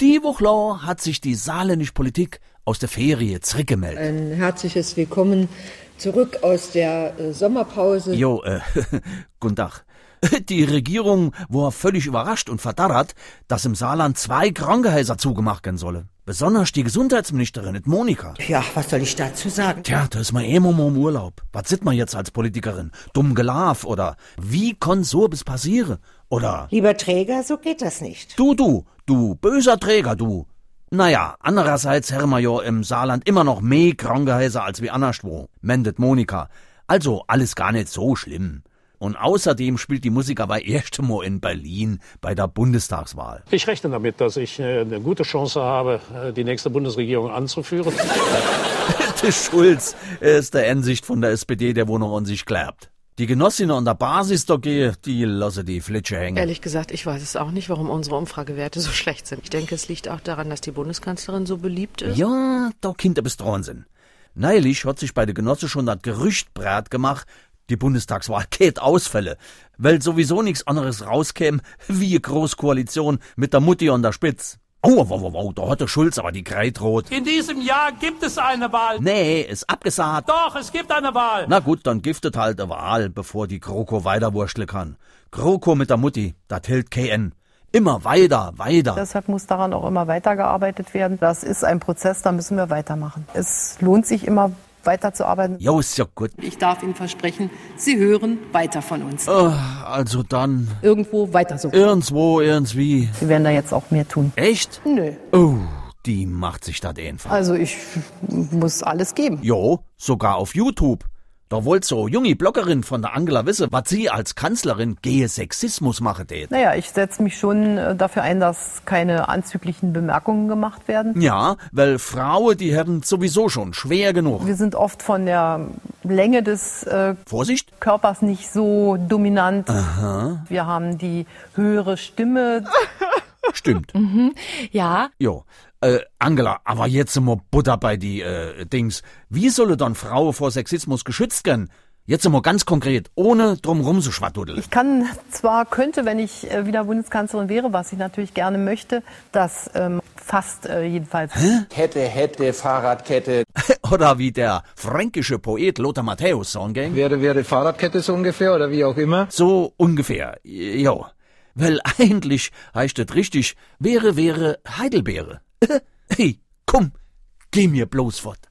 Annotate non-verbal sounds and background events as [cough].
Die Woche lang hat sich die saarländische Politik aus der Ferie zurückgemeldet. Ein herzliches Willkommen zurück aus der äh, Sommerpause. Jo, äh, [laughs] guten Tag. Die Regierung war völlig überrascht und verdarrt, dass im Saarland zwei Krankenhäuser zugemacht werden sollen. Besonders die Gesundheitsministerin, nicht Monika. Ja, was soll ich dazu sagen? Tja, da ist man eh immer im Urlaub. Was sieht man jetzt als Politikerin? Dumm gelaf oder wie kann so bis passieren? Oder Lieber Träger, so geht das nicht. du, du, du, böser Träger, du. Naja, andererseits, Herr Major, im Saarland immer noch mehr Krankenhäuser als wie anderswo, mendet Monika. Also alles gar nicht so schlimm. Und außerdem spielt die Musiker bei erstem Mal in Berlin bei der Bundestagswahl. [laughs] Ich rechne damit, dass ich äh, eine gute Chance habe, äh, die nächste Bundesregierung anzuführen. Der Schulz ist der Ansicht von der SPD, der wo noch an sich glaubt. Die Genossinnen an der Basis da gehe, die lasse die Flitsche hängen. Ehrlich gesagt, ich weiß es auch nicht, warum unsere Umfragewerte so [laughs] schlecht sind. Ich denke, es liegt auch daran, dass die Bundeskanzlerin so beliebt ist. Ja, da Kinder bis dran sind. Neulich hat sich bei der Genosse schon das Gerücht brat gemacht, die Bundestagswahl geht Ausfälle, weil sowieso nichts anderes rauskäme, [laughs] wie eine Großkoalition mit der Mutti an der Spitz. Oh, wow, wow, wow, da hat der Schulz aber die Kreit rot. In diesem Jahr gibt es eine Wahl. Nee, ist abgesagt. Doch, es gibt eine Wahl. Na gut, dann giftet halt der Wahl, bevor die Kroko weiterwurschteln kann. Kroko mit der Mutti, das hält KN. Immer weiter, weiter. Deshalb muss daran auch immer weitergearbeitet werden. Das ist ein Prozess, da müssen wir weitermachen. Es lohnt sich immer weiterzuarbeiten. Jo, ist ja gut. Ich darf Ihnen versprechen, Sie hören weiter von uns. Äh, also dann, Irgendwo weiter so. irgendwo, irgendwie. Wir werden da jetzt auch mehr tun. Echt? Nö. Oh, die macht sich das einfach. Also ich muss alles geben. Jo, sogar auf YouTube. Da wollt so junge Bloggerin von der Angela wissen, was sie als Kanzlerin gehe Sexismus mache tät. Naja, ich setze mich schon äh, dafür ein, dass keine anzüglichen Bemerkungen gemacht werden. Ja, weil Frauen, die hätten sowieso schon schwer genug. Wir sind oft von der Länge des äh, Vorsicht, Körpers nicht so dominant. Wir haben die höhere Stimme. stimmt. Ja, Jo, äh, Angela, aber jetzt mal Butter bei die äh, Dings. Wie solle dann Frauen vor Sexismus geschützt werden? Jetzt mal ganz konkret, ohne drumrum zu schwaddudeln. Ich kann zwar, könnte, wenn ich äh, wieder Bundeskanzlerin wäre, was ich natürlich gerne möchte, das ähm, fast äh, jedenfalls. Kette, Hätte, Fahrradkette, Oder wie der fränkische Poet Lothar Matthäus sagen wäre, wäre Fahrradkette so ungefähr oder wie auch immer. So ungefähr, jo. Weil eigentlich heißt es [laughs] richtig, wäre, wäre Heidelbeere. Hey, komm, geh mir bloß fort.